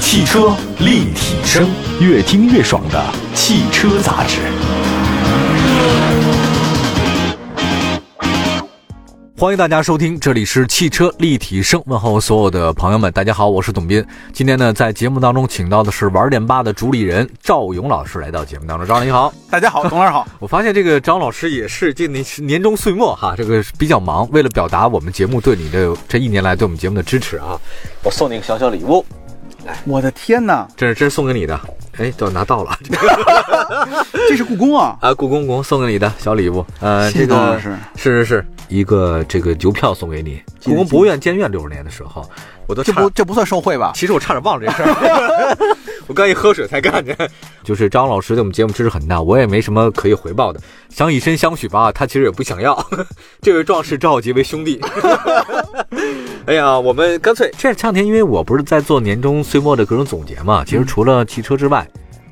汽车立体声，越听越爽的汽车杂志。欢迎大家收听，这里是汽车立体声，问候所有的朋友们，大家好，我是董斌。今天呢，在节目当中请到的是玩点吧的主理人赵勇老师来到节目当中，赵你好。大家好，董老师好。我发现这个张老师也是这年年终岁末哈，这个比较忙，为了表达我们节目对你的这一年来对我们节目的支持啊，哎我送你个小小礼物，我的天哪，这是真送给你的，哎，都拿到了 这是故宫啊！啊，故宫宫送给你的小礼物，呃，谢谢这董老个师是是是一个这个邮票送给你，故宫博物院建院六十年的时候，我都这差不这不算受贿吧？其实我差点忘了这事儿， 我刚一喝水才看见。就是张老师对我们节目支持很大，我也没什么可以回报的，想以身相许吧，他其实也不想要。 这位壮士赵我结为兄弟。 哎呀，我们干脆这两天，因为我不是在做年终岁末的各种总结嘛，其实除了汽车之外。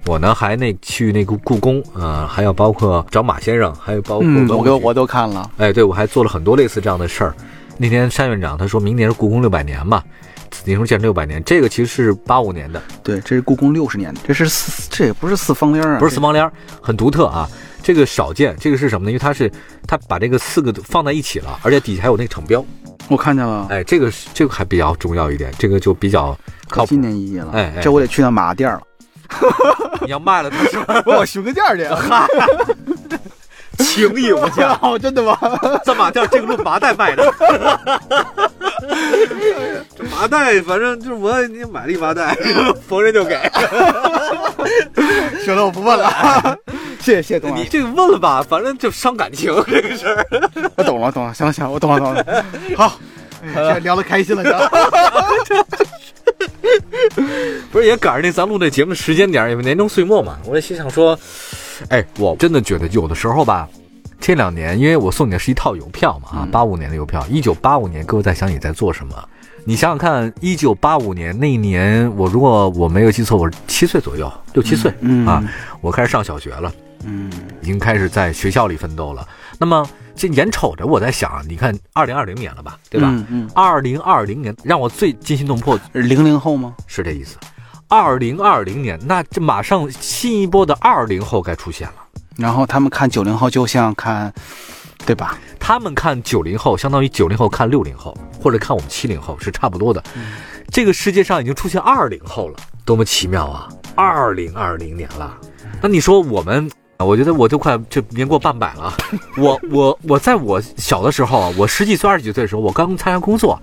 我呢还那去那个故宫，呃，还有包括找马先生，还有包括嗯，文我物都局我都看了。哎，对，我还做了很多类似这样的事儿。那天单院长他说明年是故宫六百年嘛，紫禁城建六百年，这个其实是八五年的，对，这是故宫六十年的，这是四，这也不是四方帘啊，不是四方帘儿，很独特啊。这个少见，这个是什么呢？因为它是它把这个四个都放在一起了，而且底下还有那个厂标。这，我看见了，哎，这个是这个还比较重要一点，这个就比较靠有纪谱。念意义了。哎哎这我得去趟马甸了，你要卖了它是吧我寻个店去。啊 嗨，情义无价，哦，真的 吗？在马店这个论麻袋卖的。 这麻袋，反正就是我你买了一麻袋， 逢人就给。行了，我不问了。 谢谢谢谢董老你师，这个问了吧，反正就伤感情 这个事儿。我懂了懂了，行了行了，我懂了懂 了。好，哎这聊得开心了，行了。不是也赶上那咱录这节目时间点儿，因为年终岁末嘛，我也心想说，哎，我真的觉得有的时候吧，这两年因为我送你的是一套邮票嘛啊，嗯八五年的邮票，一九八五年，各位在想你在做什么？你想想看，一九八五年那一年，我如果我没有记错，我是七岁左右，六七岁、嗯啊，我开始上小学了。嗯，已经开始在学校里奋斗了。那么这眼瞅着我在想，你看二零二零年了吧，对吧嗯嗯？二零二零年让我最惊心动魄零零后吗？是这意思。二零二零年，那这马上新一波的二零后该出现了。然后他们看九零后就像看，对吧？他们看九零后，相当于九零后看六零后，或者看我们七零后是差不多的。这个世界上已经出现二零后了，多么奇妙啊！二零二零年了，那你说我们？我觉得我都快这年过半百了，我我我在我小的时候啊，我十几岁、二十几岁的时候，我刚参加工作，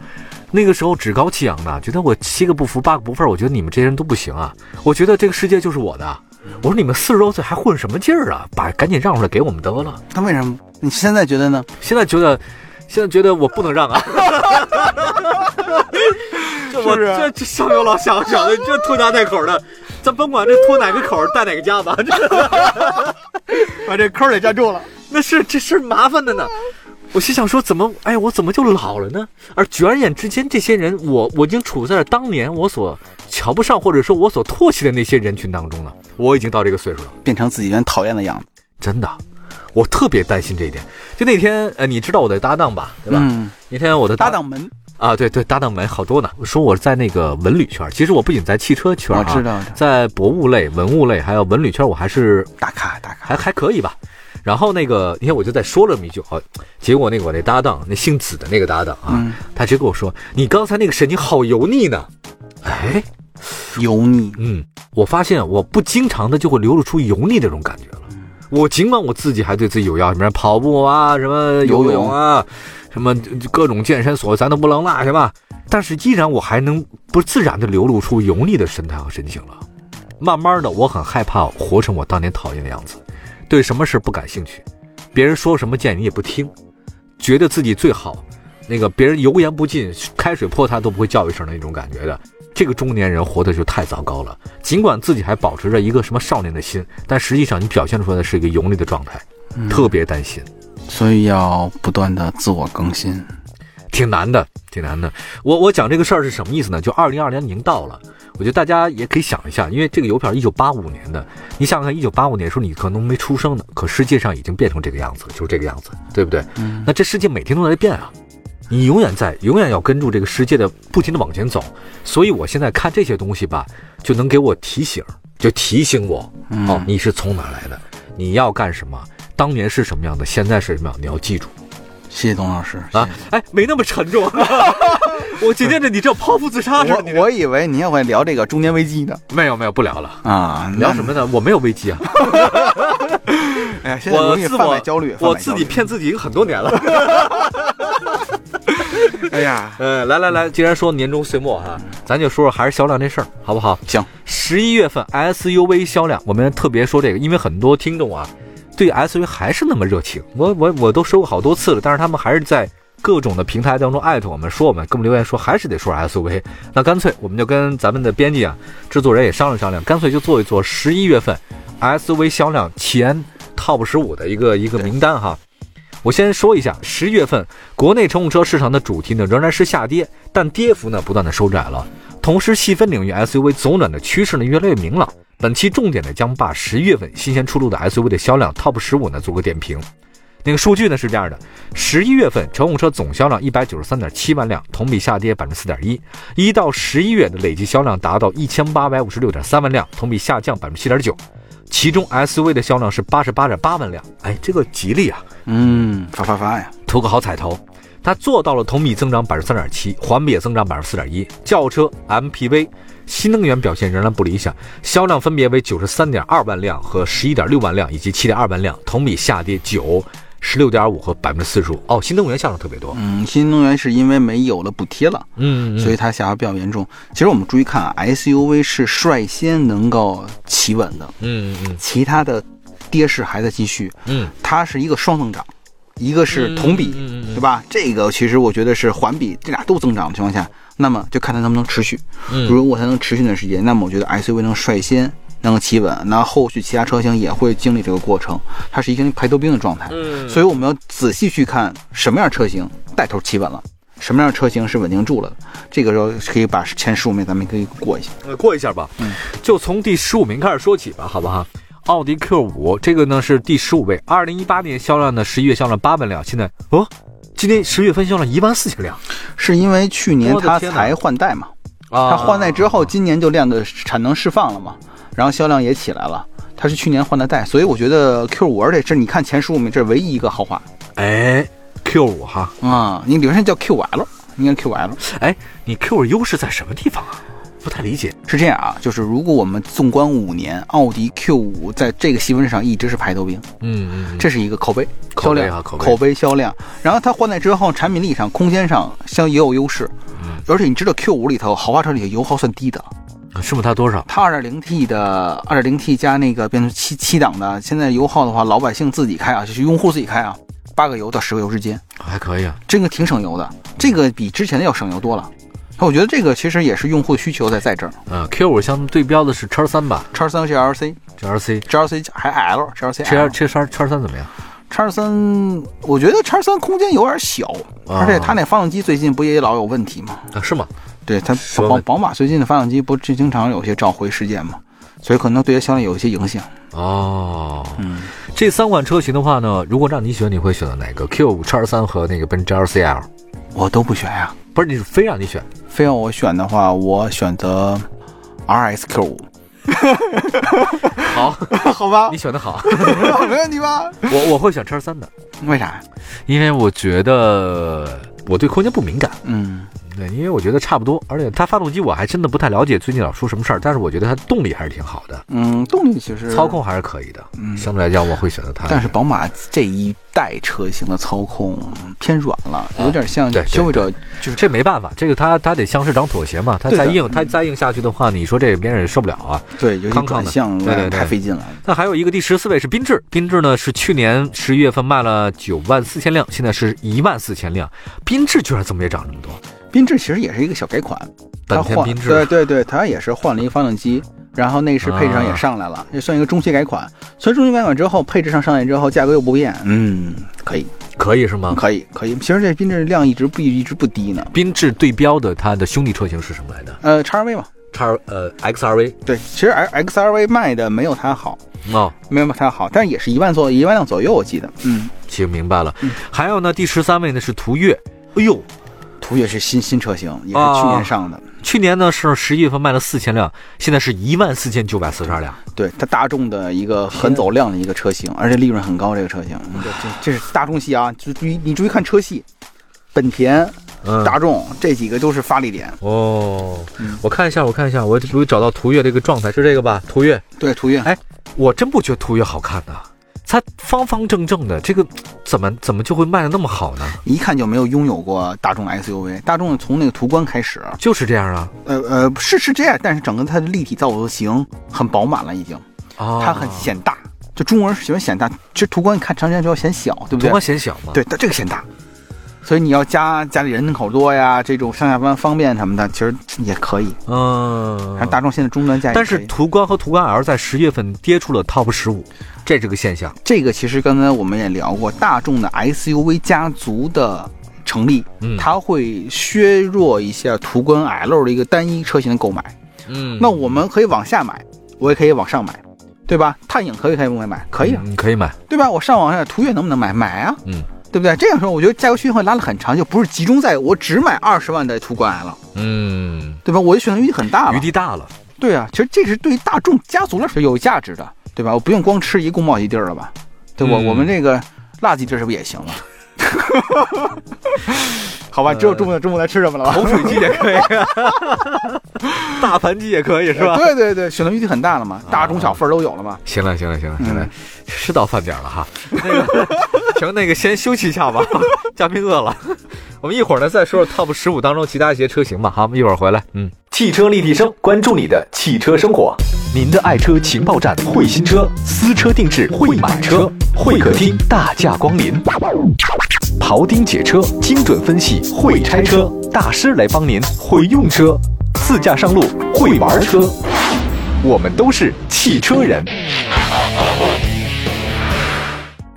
那个时候趾高气扬的，觉得我七个不服八个不忿儿，我觉得你们这些人都不行啊，我觉得这个世界就是我的，我说你们四十多岁还混什么劲儿啊，把赶紧让出来给我们得了。他为什么？你现在觉得呢？现在觉得，现在觉得我不 能让啊。这我是啊不是这这上有老下有小的，这拖家带口的，咱甭管这拖哪个口儿带哪个家吧，这把这坑儿给占住了。那是这事儿麻烦的呢。我心想说，怎么哎，我怎么就老了呢？而转眼之间，这些人，我我已经处在了当年我所瞧不上或者说我所唾弃的那些人群当中了。我已经到这个岁数了。变成自己原讨厌的样子，真的，我特别担心这一点。就那天，呃，你知道我的搭档吧，对吧？嗯，那天我的搭档门，啊，对对，搭档们好多呢。我说我在那个文旅圈儿，其实我不仅在汽车圈儿、我啊，知道哦的，在博物类、文物类还有文旅圈儿，我还是打卡打卡，还还可以吧。然后那个，因为我就在说了这么一句，哦，结果那个我那搭档，那姓子的那个搭档啊，嗯，他直接跟我说：“你刚才那个神情好油腻呢。”哎，油腻，嗯，我发现我不经常的就会流露出油腻这种感觉了。我尽管我自己还对自己有要求，什么跑步啊，什么游泳啊，什么各种健身所，咱都不能落下吧。但是依然我还能不自然的流露出油腻的神态和神情了。慢慢的，我很害怕活成我当年讨厌的样子，对什么事不感兴趣，别人说什么建议你也不听，觉得自己最好，那个别人油盐不进，开水泼他都不会叫一声的那种感觉的。这个中年人活得就太糟糕了。尽管自己还保持着一个什么少年的心，但实际上你表现出来的是一个油腻的状态，嗯特别担心，所以要不断的自我更新。挺难的，挺难的。我我讲这个事儿是什么意思呢？就二零二年已经到了，我觉得大家也可以想一下，因为这个邮票一九八五年的，你想想看，一九八五年的时候你可能没出嗯生呢，可世界上已经变成这个样子了，就是这个样子，对不对？那这世界每天都在变啊。你永远在，永远要跟住这个世界的不停的往前走。所以我现在看这些东西吧，就能给我提醒，就提醒我，嗯哦，你是从哪儿来的，你要干什么，当年是什么样的，现在是什么样，你要记住谢谢董老师啊。哎，没那么沉 重，我紧接着你这剖腹自杀谢似谢的，你我我以为你也会聊这个中年危机呢没有没有不聊了。啊，那聊什？么呢？我没有危机啊，哎呀，现在我容易自贩我卖焦虑，贩我卖焦自虑己。骗自己已经很多年了。哎呀，呃，来来来，既然说年终岁末哈、咱就说说还是销量这事儿，好不好？行，十一月份 SUV 销量，我们特别说这个，因为很多听众啊，对 SUV 还是那么热情。我我我都说过好多次了，但是他们还是在各种的平台当中艾特我们，说我们给我们留言说还是得说 SUV。那干脆我们就跟咱们的编辑啊、制作人也商量商量，干脆就做一做十一月份 SUV 销量前 Top 十五的一个一个名单哈。我先说一下，十月份国内乘用车市场的主题呢仍然是下跌，但跌幅呢不断的收窄了。同时，细分领域 SUV 走暖的趋势呢越来越明朗。本期重点呢将把十一月份新鲜出炉的 SUV 的销量 Top 十五呢做个点评。那个数据呢是这样的：十一月份乘用车总销量一百九十三点七万辆，同比下跌百分之四点一；一到十一月的累计销量达到一千八百五十六点三万辆，同比下降百分之七点九。其中 SUV 的销量是八十八点八万辆，哎，这个吉利啊，嗯，发发发呀，图个好彩头。它做到了同比增长百分之三点七，环比也增长百分之四点一。轿车、MPV、新能源表现仍然不理想，销量分别为九十三点二万辆和十一点六万辆，以及七点二万辆，同比下跌九、十六点五和百分之四十五。哦，新能源销量特别多。嗯，新能源是因为没有了补贴了，嗯所以它下滑比较严重。其实我们注意看啊，SUV 是率先能够企稳的，嗯嗯其他的跌势还在继续。嗯它是一个双增长，一个是同比，嗯嗯嗯嗯对吧？这个其实我觉得是环比，这俩都增长的情况下，那么就看它能不能持续。嗯如果它能持续一段时间，那么我觉得 SUV 能率先。能够企稳，那后续其他车型也会经历这个过程，它是一个排头兵的状态，嗯所以我们要仔细去看什么样车型带头企稳了，什么样车型是稳定住了，这个时候可以把前十五名咱们可以过一下。呃，过一下吧，就从第十五名开始说起吧，好不好？奥迪 Q 五这个呢是第十五位，二零一八年销量呢十一月销量八万辆，现在哦，今年十月份销量一万四千辆是因为去年我的它天哪才换代嘛，啊它换代之后，今年就量的产能释放了嘛，然后销量也起来了。它是去年换的代，所以我觉得 Q 五，而且这你看前十五名，这是唯一一个豪华哎 Q 五哈，啊、你理论上叫 Q 五 L，应该 Q 五 L 哎，你 Q 五优势在什么地方啊？不太理解。是这样啊，就是如果我们纵观五年，奥迪 Q 五在这个细分市场一直是排头兵，嗯嗯，这是一个口碑、口销碑量、啊口碑销量。然后它换代之后，产品力上、空间上相也有优势，嗯而且你知道 Q 五里头豪华车里头油耗算低的，是不啊是它多少？它二点零 T 的二点零 T 加那个变成七七档的，现在油耗的话，老百姓自己开啊，就是用户自己开啊，八个油到十个油之间，还可以啊。这个挺省油的，这个比之前的要省油多了。我觉得这个其实也是用户需求在在这儿。呃，Q 五相对标的是叉三吧叉三 GLC、 ，GLC， GLC 还 L、GLC 这 L 这叉叉三怎么样？叉三，我觉得叉三空间有点小，啊而且它那发动机最近不也老有问题吗？啊，是吗？对它说宝吧宝马最近的发动机不是经常有些召回事件吗？所以可能对它销量有一些影响。哦，嗯，这三款车型的话呢，如果让你选，你会选择哪个？Q 五、叉三和那个奔驰 GLC L。我都不选呀、不是，你是非让你选，非要我选的话，我选择 RSQ 五，好，好吧你，选的好， 没问题吧？ 我我会选叉三的，为啥？因为我觉得我对空间不敏感，嗯，对，因为我觉得差不多，而且它发动机我还真的不太了解，最近老出什么事儿，但是我觉得它动力还是挺好的，嗯，动力其实操，控还是可以的，嗯相对来讲我会选择它，但是宝马这一代车型的操控偏软了，有点像对对消费者就是这没办法，这个它它得向市场妥协嘛，它对的再硬它再硬下去的话，你说这别人也受不了啊，对有些康康转的向有对对点对太费劲了。那还有一个第十四位是缤智，缤智呢是去年十一月份卖了九万四千辆，现在是一万四千辆，缤智居然怎么也涨这么多？缤智其实也是一个小改款，它本田换缤智对对对，它也是换了一发动机，然后内饰配置上也上来了，这算一个中期改款。所以中期改款之后，配置上上来之后，价格又不变，嗯，啊可以，可以是吗？可以，可以。其实这缤智量一直不一直不低呢。缤智对标的它的兄弟车型是什么来的？呃，叉 R V 嘛，叉呃 XRV 对，其实 X R V 卖的没有它好，哦，没有它好，但是也是一万左一万辆左右，我记得。嗯，行明白了。还有呢，第十三位呢是途岳，哎呦，途岳是新新车型，也是去年上的。去年呢是十一月份卖了四千辆，现在是一万四千九百四十二辆。对它大众的一个很走量的一个车型，而且利润很高。这个车型，这这这是大众系啊，就注意你注意看车系，本田、嗯大众这几个都是发力点。哦，我看一下，我看一下，我我找到途岳这个状态是这个吧？途岳，对，途岳哎，我真不觉得途岳好看呐、它方方正正的，这个怎么怎么就会卖的那么好呢？一看就没有拥有过大众 SUV。大众从那个途观开始，就是这样啊，呃呃，是是这样，但是整个它的立体造型很饱满了，已经，啊，它很显大。就中国人喜欢显大，其实途观看长时间就要显小，对不图对案？显小嘛，，对，但这个显大。所以你要家家里人口多呀，这种上下班方便什么的，其实也可以。嗯反，正大众现在终端价也可但以，是途观和途观 L 在十月份跌出了 Top 十五，这是个现象。这个其实刚才我们也聊过，大众的 SUV 家族的成立，嗯它会削弱一下途观 L 的一个单一车型的购买。嗯那我们可以往下买，我也可以往上买，对吧？探影可以可以不可以买？可以啊，嗯可以买，对吧？我上网看途岳能不能买？买啊，嗯，对不对？这样说，我觉得价格区间会拉得很长，就不是集中在我只买二十万的途观 L，嗯，对吧？我的选择余地很大了余。地 大了，对啊，其实这是对于大众家族来说有价值的，对吧？我不用光吃一宫保鸡丁儿了吧？对吧？嗯我们这个辣鸡丁儿是不是也行了？ 好呃吧，只有中午中午来吃什么了吧？口水鸡也可以，大盘鸡也可 以是吧？ 啊对对对，选择余地很大了嘛，大中小份儿都有了嘛。行了，行了，行了，行了嗯，是到饭点了哈。那个，行，那个先休息一下吧， 嘉宾饿了。我们一会儿呢再说说 Top 十五当中其他一些车型吧。好，我们一会儿回来。嗯，汽车立体声，关注你的汽车生活。您的爱车情报站，会新车，私车定制，会买车，会客厅大驾光临，庖丁解车，精准分析，会拆车，大师来帮您，会用车，自驾上路，会玩车，我们都是汽车人。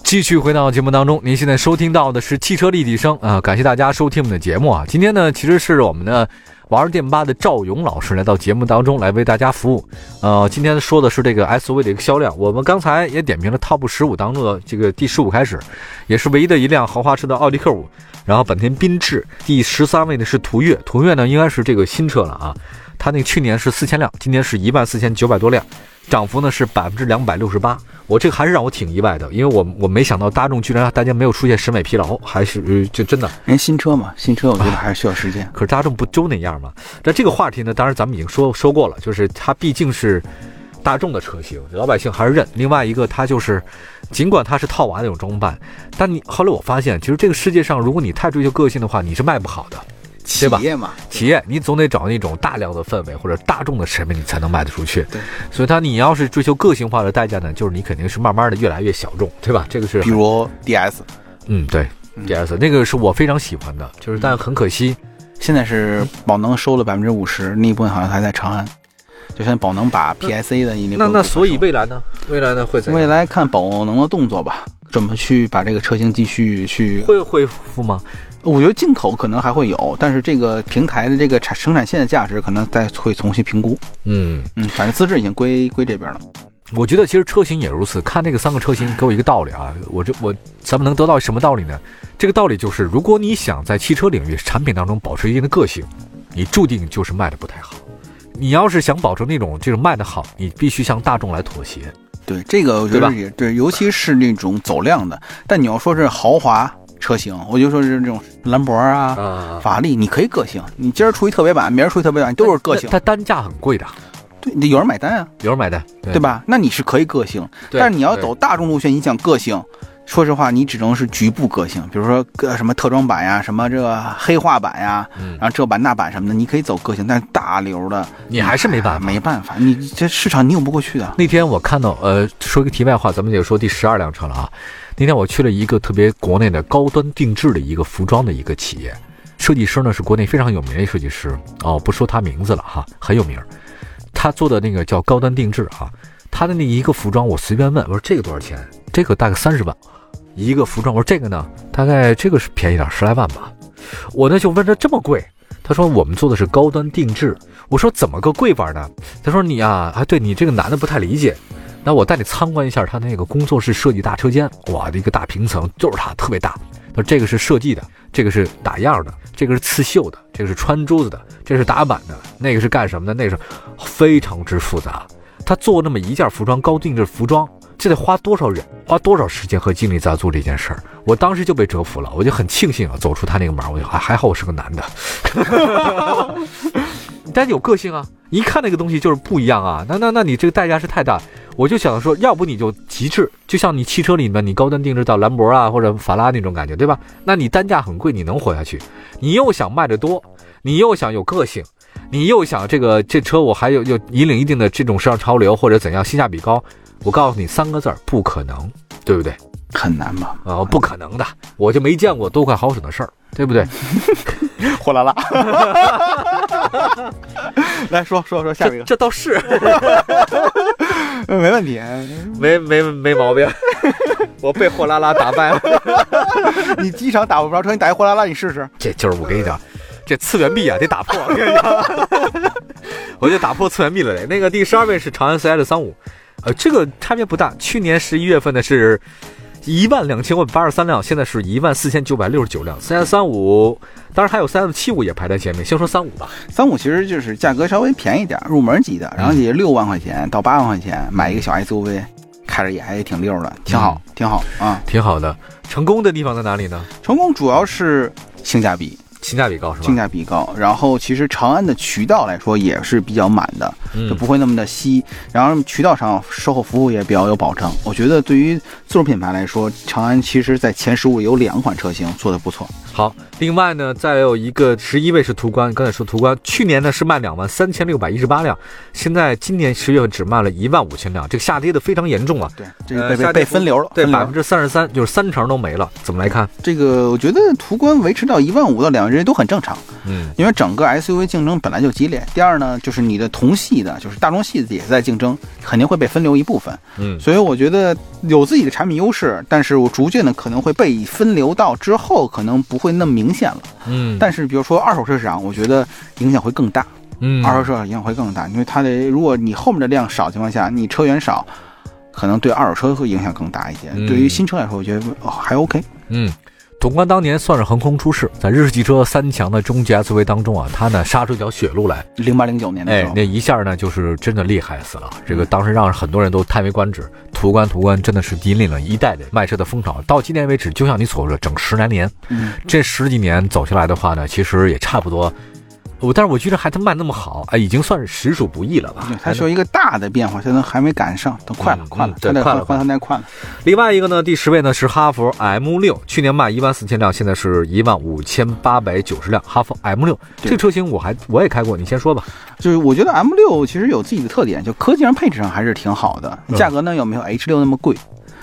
继续回到节目当中，您现在收听到的是汽车立体声啊、感谢大家收听我们的节目啊。今天呢，其实是我们的玩儿电吧的赵勇老师来到节目当中来为大家服务。呃，今天说的是这个 SUV 的一个销量，我们刚才也点评了 Top 十五当中的这个第十五开始，也是唯一的一辆豪华车的奥迪 Q 五，然后本田缤智，第十三位呢是途岳，途岳呢应该是这个新车了啊，它那个去年是四千辆，今年是一万四千九百多辆。涨幅呢是百分之两百六十八，我这个还是让我挺意外的，因为我我没想到大众居然大家没有出现审美疲劳，还是呃就真的。人新车嘛，新车我觉得还是需要时间。可是大众不就那样吗？那这个话题呢，当然咱们已经说说过了，就是它毕竟是大众的车型，老百姓还是认。另外一个，它就是尽管它是套娃那种装扮，但你后来我发现，其实这个世界上，如果你太追求个性的话，你是卖不好的。企吧业嘛，企业，你总得找那种大量的氛围或者大众的审美，你才能卖得出去。对，所以它你要是追求个性化的代价呢，就是你肯定是慢慢的越来越小众，对吧？这个是比如 DS，嗯对嗯，DS 那个是我非常喜欢的，就是但很可惜，现在是宝能收了百分之五十，那一部分好像还在长安。就现在宝能把 PSA 的一部嗯那分那所以收了未来呢？未来呢会怎未样？来看宝能的动作吧，怎么去把这个车型继续去？会恢复吗？我觉得进口可能还会有，但是这个平台的这个产生产线的价值可能再会重新评估。嗯，嗯，反正资质已经归归这边了。我觉得其实车型也如此，看这个三个车型给我一个道理啊，我这我咱们能得到什么道理呢？这个道理就是，如果你想在汽车领域产品当中保持一定的个性，你注定就是卖的不太好。你要是想保证那种这种卖的好，你必须向大众来妥协。对，这个我觉对吧得也对，尤其是那种走量的。但你要说是豪华车型，我就说是这种兰博啊、啊，法拉利，你可以个性。你今儿出一特别版，明儿出一特别版，都是个性。它单价很贵的，对，你有人买单啊。有人买单，对？吧？那你是可以个性，对但是你要走大众路线，你讲个性，说实话，你只能是局部个性，比如说呃个什么特装版呀，什么这个黑化版呀，嗯然后这版那版什么的，你可以走个性，但是大流的你还是没办法。没办法，你这市场你扭不过去啊的。那天我看到，呃，说一个题外话，咱们也说第十二辆车了啊。那天我去了一个特别国内的高端定制的一个服装的一个企业，设计师呢是国内非常有名的一个设计师哦，不说他名字了哈，很有名儿。他做的那个叫高端定制啊，他的那一个服装，我随便问，我说这个多少钱？这个大概三十万一个服装，我说这个呢，大概这个是便宜点儿，十来万吧。我呢就问他这么贵，他说我们做的是高端定制。我说怎么个贵法呢？他说你啊，啊对你这个男的不太理解。那我带你参观一下他那个工作室设计大车间，哇，一个大平层，就是它特别大。他说这个是设计的，这个是打样的，这个是刺绣的，这个是穿珠子的，这是打板的，那个是干什么的？那个是非常之复杂。他做那么一件服装，高定制服装，这得花多少人，花多少时间和精力在做这件事儿？我当时就被折服了，我就很庆幸啊，走出他那个门儿，我就还还好我是个男的， 但有个性啊，一看那个东西就是不一样啊。那那那你这个代价是太大，我就想说，要不你就极致，就像你汽车里面你高端定制到兰博啊或者法拉那种感觉，对吧？那你单价很贵，你能活下去？你又想卖得多，你又想有个性。你又想这个这车我还有有引领一定的这种时尚潮流或者怎样性价比高，我告诉你三个字儿不可能，对不对？很难吧？啊、不可能的，我就没见过多快好使的事儿，对不对？火辣辣。 来说说说下一这个，这倒是嗯没问题。没没没毛病， 我被货拉拉打败了。 你机场打不着车，你打一货拉拉，你试试。这就是我跟你讲，这次元壁啊得打破，我跟你讲， 我就打破次元壁了得。那个第十二位是长安 CS 三五，呃，这个差别不大。去年十一月份的是一万两千五百八十三辆，现在是一万四千九百六十九辆。CS 三五，当然还有 CS 七五也排在前面。先说三五吧，三五其实就是价格稍微便宜点儿，入门级的，嗯然后也六万块钱到八万块钱买一个小 SUV，开着也还挺溜的，挺好，嗯挺好啊。挺好的。成功的地方在哪里呢？成功主要是性价比，性价比高是吧？性价比高。然后其实长安的渠道来说也是比较满的，就嗯不会那么的稀。然后渠道上售后服务也比较有保障。我觉得对于自主品牌来说，长安其实在前十五有两款车型做的不错。好，另外呢，再有一个十一位是途观，刚才说途观，去年呢是卖两万三千六百一十八辆，现在今年十月份只卖了一万五千辆，这个下跌的非常严重啊，对，这个被呃被下被跌分流了，对，分流百了分之三十三，就是三成都没了，怎么来看？这个我觉得途观维持到一万五到两万之间都很正常，嗯，因为整个 SUV 竞争本来就激烈。第二呢，就是你的同系的，就是大众系的也在竞争，肯定会被分流一部分。嗯所以我觉得有自己的产品优势，但是我逐渐的可能会被分流到之后，可能不会那么明显了。嗯，但是比如说二手车市场，我觉得影响会更大，嗯二手车市场影响会更大，因为它的如果你后面的量少情况下，你车源少。可能对二手车会影响更大一些，嗯对于新车来说，我觉得、哦、还 OK。嗯，途观当年算是横空出世，在日系汽车三强的中级 SUV 当中啊，它呢杀出一条血路来，零八零九年的哎时候，，那一下呢，就是真的厉害死了。这个当时让很多人都叹为观止。途观，途观真的是引领了一代的卖车的风潮。到今天为止，就像你所说的，整十来年，嗯这十几年走下来的话呢，其实也差不多。我但是我觉得还他卖那么好，哎，已经算是实属不易了吧对，？啊它需要一个大的变化，现在还没赶上，等快了，嗯快了嗯，它对得快了换换代快了。另外一个呢，第十位呢是哈弗 M 六，去年卖一万四千辆，现在是一万五千八百九十辆。哈弗 M 六对这个车型我还我也开过，你先说吧。嗯就是我觉得 M 六其实有自己的特点，就科技上配置上还是挺好的，嗯价格呢又没有 H 六那么贵。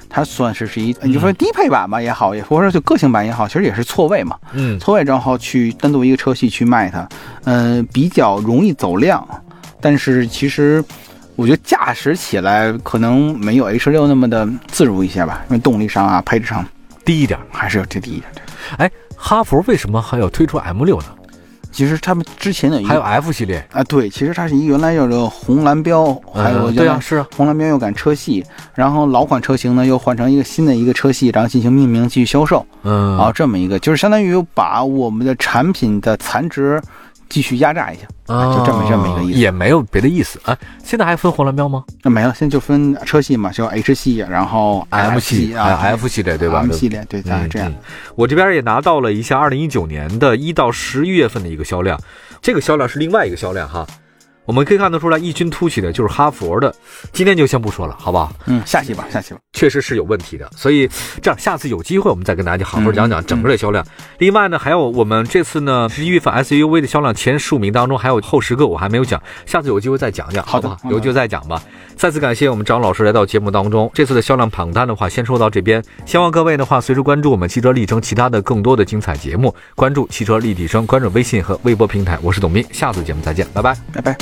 它算是是一，嗯你就说低配版吧也好，也或者说就个性版也好，其实也是错位嘛，嗯错位然后去单独一个车系去卖它，嗯、比较容易走量，但是其实我觉得驾驶起来可能没有 H 六那么的自如一些吧，因为动力上啊、配置上低一点。还是有这第一点。哎，哈弗为什么还要推出 M 六呢？其实他们之前的一个还有 F 系列？啊，对，其实它是一原来有这个红蓝标，还有嗯原对啊，来是啊，红蓝标右感车系，然后老款车型呢又换成一个新的一个车系，然后进行命名继续销售，嗯，啊，这么一个就是相当于把我们的产品的残值继续压榨一下，啊就这么这么一个意思也没有别的意思啊。现在还分红蓝标吗那没了，现在就分车系嘛，就 H 系，然后 F 系啊还有 F 系列对吧 M 系列对，大概嗯，这样嗯。我这边也拿到了一下二零一九年的一到十一月份的一个销量，这个销量是另外一个销量哈。我们可以看得出来，异军突起的就是哈佛的，今天就先不说了，好不好？嗯，下期吧，下期吧，确实是有问题的，所以这样下次有机会我们再跟大家好好嗯讲讲整个的销量。另外呢，还有我们这次呢十一月份 SUV 的销量前十五名当中，还有后十个我还没有讲，下次有机会再讲讲，好不的好？好的有机会再讲吧。再次感谢我们张老师来到节目当中，这次的销量榜单的话，先说到这边。希望各位的话，随时关注我们汽车历程其他的更多的精彩节目，关注汽车立体声，关注微信和微博平台。我是董斌，下次节目再见，拜拜。拜拜。